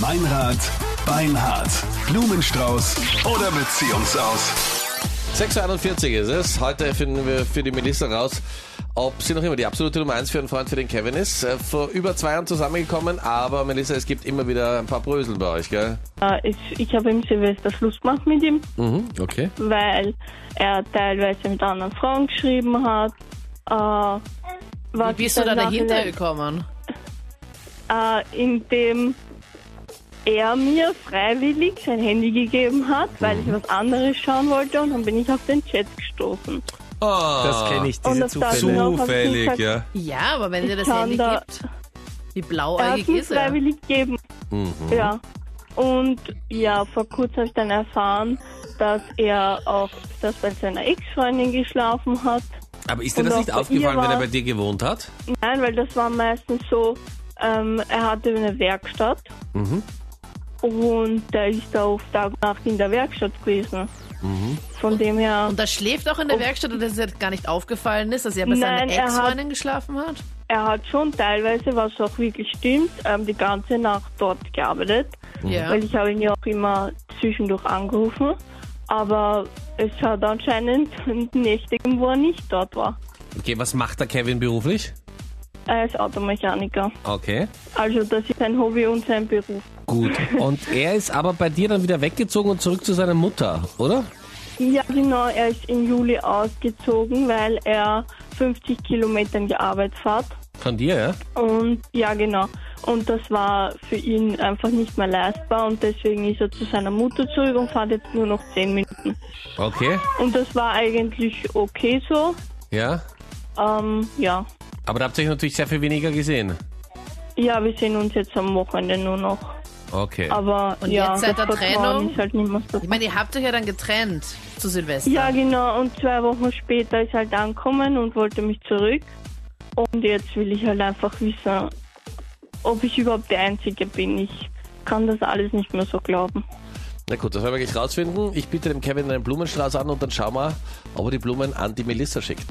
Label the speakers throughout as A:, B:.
A: Meinrad, Beinhard, Blumenstrauß oder Beziehungsaus.
B: 641 ist es. Heute finden wir für die Melissa raus, ob sie noch immer die absolute Nummer 1 für einen Freund für den Kevin ist. Äh, Vor über zwei Jahren zusammengekommen, aber Melissa, es gibt immer wieder ein paar Brösel bei euch, gell?
C: Äh, Ich, ich habe im Silvester Schluss gemacht mit ihm,
B: Mhm, okay.
C: weil er teilweise mit anderen Frauen geschrieben hat. Äh, was
D: Wie bist du da
C: dann
D: dahinter
C: nachher-
D: gekommen?
C: Äh, indem er mir freiwillig sein Handy gegeben hat, weil ich was anderes schauen wollte und dann bin ich auf den Chat gestoßen.
B: Oh,
E: Das kenne ich,
C: Und
E: diese
C: auf der
E: Zufälle.
C: anderen-
F: Zufällig, ja.
D: Ja, aber wenn dir das
C: kann
D: Handy
C: da-
D: gibt, wie
C: Er hat
D: blauäugig
C: mir
D: ist er?
C: freiwillig gegeben. Ja. Und ja, vor kurzem habe ich dann erfahren, dass er auch das bei seiner Ex-Freundin geschlafen hat.
F: Aber ist dir
C: Und
F: das
C: auch
F: nicht
C: bei ihr
F: aufgefallen, wenn er
C: war's.
F: bei dir gewohnt hat?
C: Nein, weil das war meistens so, ähm, er hatte eine Werkstatt und der ist da oft Tag und Nacht in der Werkstatt gewesen. Von dem her,
D: Und er schläft auch in der Werkstatt und dass es jetzt gar nicht aufgefallen ist, dass er bei
C: Oh. Nein,
D: seiner
C: er hat-
D: Ex-Freundin geschlafen hat?
C: er hat schon teilweise, was auch wirklich stimmt, ähm, die ganze Nacht dort gearbeitet,
D: Ja.
C: weil ich habe ihn ja auch immer zwischendurch angerufen. Aber es hat anscheinend Nächte, gegeben, wo er nicht dort war.
F: Okay, was macht der Kevin beruflich?
C: Er ist Automechaniker.
F: Okay.
C: Also das ist sein Hobby und sein Beruf.
F: Gut. Und er ist aber bei dir dann wieder weggezogen und zurück zu seiner Mutter, oder?
C: Ja, genau. Er ist im Juli ausgezogen, weil er 50 Kilometer in die Arbeit fährt.
F: Von dir, ja?
C: Und ja, genau. Und das war für ihn einfach nicht mehr leistbar und deswegen ist er zu seiner Mutter zurück und fährt jetzt nur noch 10 Minuten.
F: Okay.
C: Und das war eigentlich okay so.
F: Ja.
C: Ähm, ja.
F: Aber da habt ihr euch natürlich sehr viel weniger gesehen.
C: Ja, wir sehen uns jetzt am Wochenende nur noch.
F: Okay.
C: Aber
D: Und
C: ja,
D: jetzt seit
C: das
D: der
C: Vertrauen
D: Trennung?
C: Ist halt nicht mehr so
D: Ich meine, ihr habt euch ja dann getrennt zu Silvester.
C: Ja, genau. Und zwei Wochen später ist halt angekommen und wollte mich zurück. Und jetzt will ich halt einfach wissen, ob ich überhaupt der Einzige bin. Ich kann das alles nicht mehr so glauben.
B: Na gut, das werden wir gleich rausfinden. Ich biete dem Kevin einen Blumenstrauß an und dann schauen wir, ob er die Blumen an die Melissa schickt.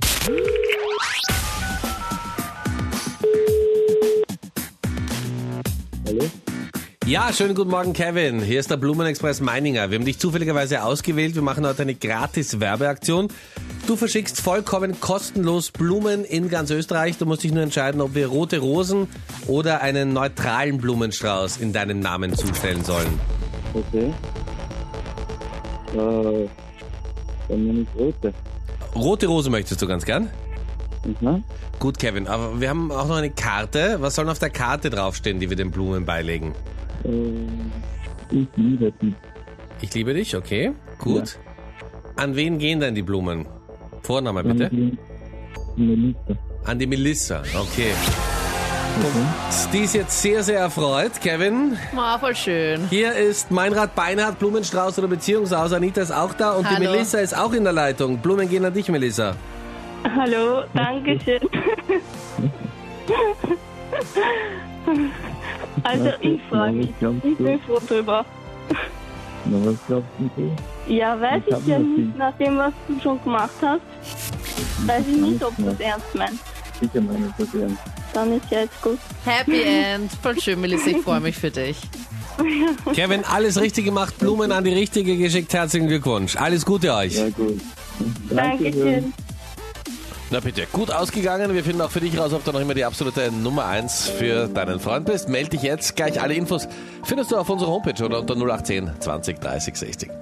F: Ja, schönen guten Morgen, Kevin. Hier ist der Blumenexpress Meininger. Wir haben dich zufälligerweise ausgewählt. Wir machen heute eine gratis Werbeaktion. Du verschickst vollkommen kostenlos Blumen in ganz Österreich. Du musst dich nur entscheiden, ob wir rote Rosen oder einen neutralen Blumenstrauß in deinem Namen zustellen sollen.
G: Okay. Äh, dann nehme ich rote.
F: Rote Rose möchtest du ganz gern?
G: Mhm.
F: Gut, Kevin. Aber wir haben auch noch eine Karte. Was soll auf der Karte draufstehen, die wir den Blumen beilegen?
G: Äh, ich liebe die.
F: Ich liebe dich, okay. Gut. An wen gehen denn die Blumen? Vorname bitte.
G: Eine Liste.
F: An die Melissa, okay. Und die ist jetzt sehr, sehr erfreut, Kevin.
D: Ma, voll schön.
F: Hier ist Meinrad Beinhardt, Blumenstrauß oder Beziehungsaus. Anita ist auch da und die
D: Hallo.
F: Melissa ist auch in der Leitung. Blumen gehen an dich, Melissa.
C: Hallo, Dankeschön. also ich freue mich. Ich bin froh drüber.
G: Na, was glaubst du?
C: Ja, weiß
G: Ich
C: ich,
G: hab
C: ja
G: noch
C: nicht,
G: viel.
C: nach dem, was du schon gemacht hast. Weiß ich nicht, ob du es
G: Ja.
C: ernst meinst.
G: Sicher meine ich das
C: Dann ist ja jetzt gut.
D: Happy End. Voll schön, Melissa. Ich freue mich für dich.
F: Kevin, alles richtig gemacht, Blumen an die Richtige geschickt. Herzlichen Glückwunsch. Alles Gute euch.
G: Ja, gut.
C: Dankeschön.
B: Na bitte, gut ausgegangen. Wir finden auch für dich raus, ob du noch immer die absolute Nummer 1 für deinen Freund bist. Melde dich jetzt gleich alle Infos. Findest du auf unserer Homepage oder unter 0810 20 30 60.